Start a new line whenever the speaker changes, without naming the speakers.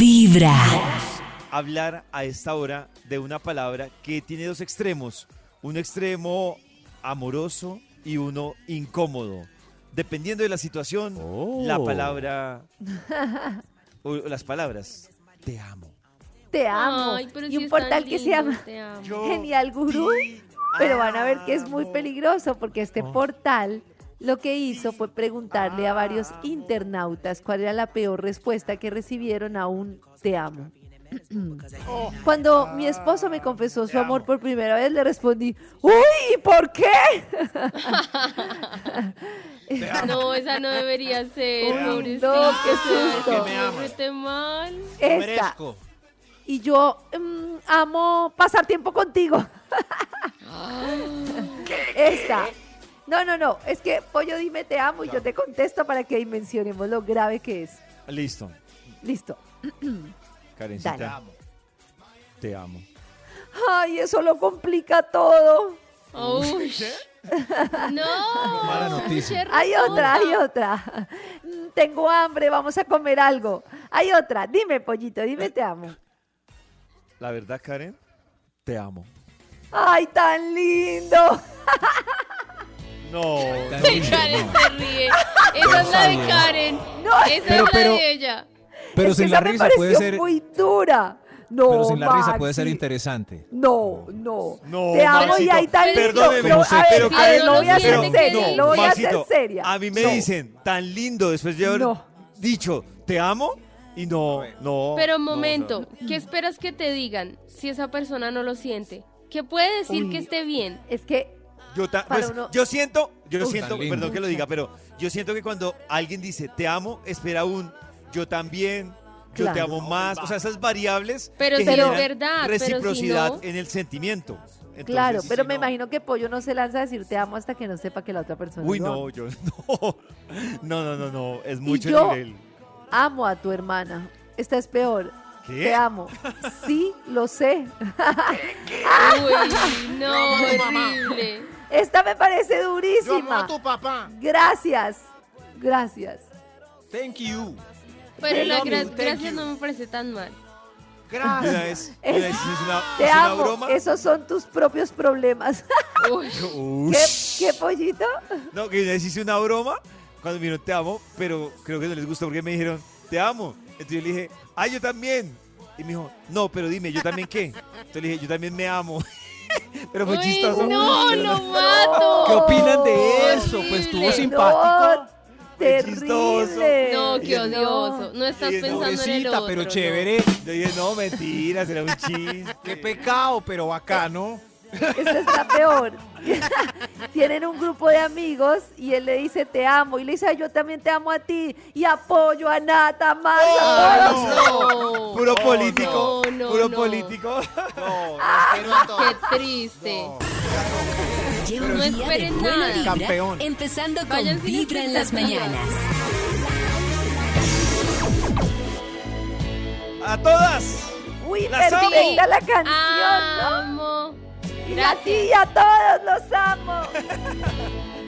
Vibra.
hablar a esta hora de una palabra que tiene dos extremos, un extremo amoroso y uno incómodo. Dependiendo de la situación, la palabra o las palabras te amo.
Te amo.
Ay, pero
y
sí
un
es
portal
tan
que se
lindo,
llama
Te amo.
Genial Gurú.
te
Pero van a ver que es muy
amo.
peligroso porque este
Oh.
portal lo que hizo fue preguntarle a varios
Ah.
internautas cuál era la peor respuesta que recibieron a un te amo.
Oh.
Cuando mi esposo me confesó su amor por primera vez, le respondí, uy, ¿y por qué?
No, esa no debería ser,
Uy, no,
pobrecito.
qué susto.
Ay,
Que me amas.
pórtate mal.
Lo
Esta.
merezco.
Y yo mm, amo pasar tiempo contigo. Esta. No, no, no. Es que Pollo dime te amo y yo te contesto para que dimensionemos lo grave que es.
Listo,
Listo.
Karencita.
Dale.
Te amo.
Ay, eso lo complica todo.
Uy. No.
Mala noticia.
qué
Hay otra, hay
respuesta.
otra. Mm, Tengo hambre, vamos a comer algo. Hay otra. Dime, pollito, dime te amo.
La verdad, Karen, te amo.
Ay, tan lindo.
No.
Ay, Karen se ríe. Esa es la de Karen.
No,
Pero,
Esa es la
pero-
de ella.
es
Pero
que
sin
esa
la
me
risa
pareció
puede ser.
muy dura. No,
Pero sin la risa puede ser
Maxi.
interesante.
No, no.
No,
Te amo y
Maxito,
ahí tan lindo.
perdóneme,
No, a ver,
pero
a ver,
Karen,
lo voy a hacer
pero
en seria,
no,
lo voy a hacer
Maxito,
seria.
A mí me
No.
dicen, tan lindo, después de haber
No.
dicho, te amo, y no, no.
Pero
no,
momento, ¿qué esperas que te digan si esa persona no lo siente? ¿Qué puede decir
Uy.
que esté bien?
Es que,
no. yo, ta-
para
pues,
uno-
yo siento, yo
Uy,
siento,
tan lindo.
perdón que lo diga, pero yo siento que cuando alguien dice, te amo, espera un, yo también, yo te
Claro.
amo más, o sea, esas variables
Pero
que
si
generan
es verdad, pero si
reciprocidad
no-
en el sentimiento. Entonces,
claro,
si
pero
no-
me imagino que Pollo no se lanza a decir te amo hasta que no sepa que la otra persona
Uy,
lo
no,
ama.
yo no. No, no, no, no, es mucho
yo-
nivel.
Amo a tu hermana. Esta es peor.
¿Qué?
Te amo. Sí, lo sé. Ah.
Uy, no, horrible.
Esta me parece
Yo amo
durísima.
a tu papá.
Gracias. Gracias.
Thank you.
Pero
Te
la
amo,
gra-
thank
gracias no me parece tan mal.
Y una vez, y una vez hice una,
Te
hice una
amo.
broma.
Esos son tus propios problemas.
Uy,
Uy.
¿Qué, ¿Qué pollito?
No, que les hice una broma cuando me dijeron te amo, pero creo que no les gustó porque me dijeron te amo. Entonces yo le dije, ah, yo también. Y me dijo, no, pero dime, ¿yo también qué? Entonces le dije, yo también me amo. pero fue
uy,
chistoso.
no, lo mato.
¿Qué opinan de eso?
Horrible.
Pues estuvo
No,
simpático.
No,
Fue chistoso.
terrible.
No, qué
No.
odioso. No estás
Sí, no.
pensando en el
Pobrecita,
otro.
pero
no.
chévere.
Yo dije, no, mentira, será un chiste.
Qué pecado, pero bacano.
Esta está peor. Tienen un grupo de amigos y él le dice te amo. Y le dice "Ay, yo también te amo a ti. Y apoyo a Nata más. a todos".
No.
Puro político,
no,
puro
no.
político.
No, los quiero a todos.
Qué triste.
Lleva un
No
día de
esperen
buena
nada.
vibra,
Campeón.
empezando con
Vayan sin
Vibra en las
expectativas.
mañanas.
A todas.
Uy,
La
perfecta la canción, ¿no?
Amo.
Y a ti
Ah, Gracias.
y a todos los amo.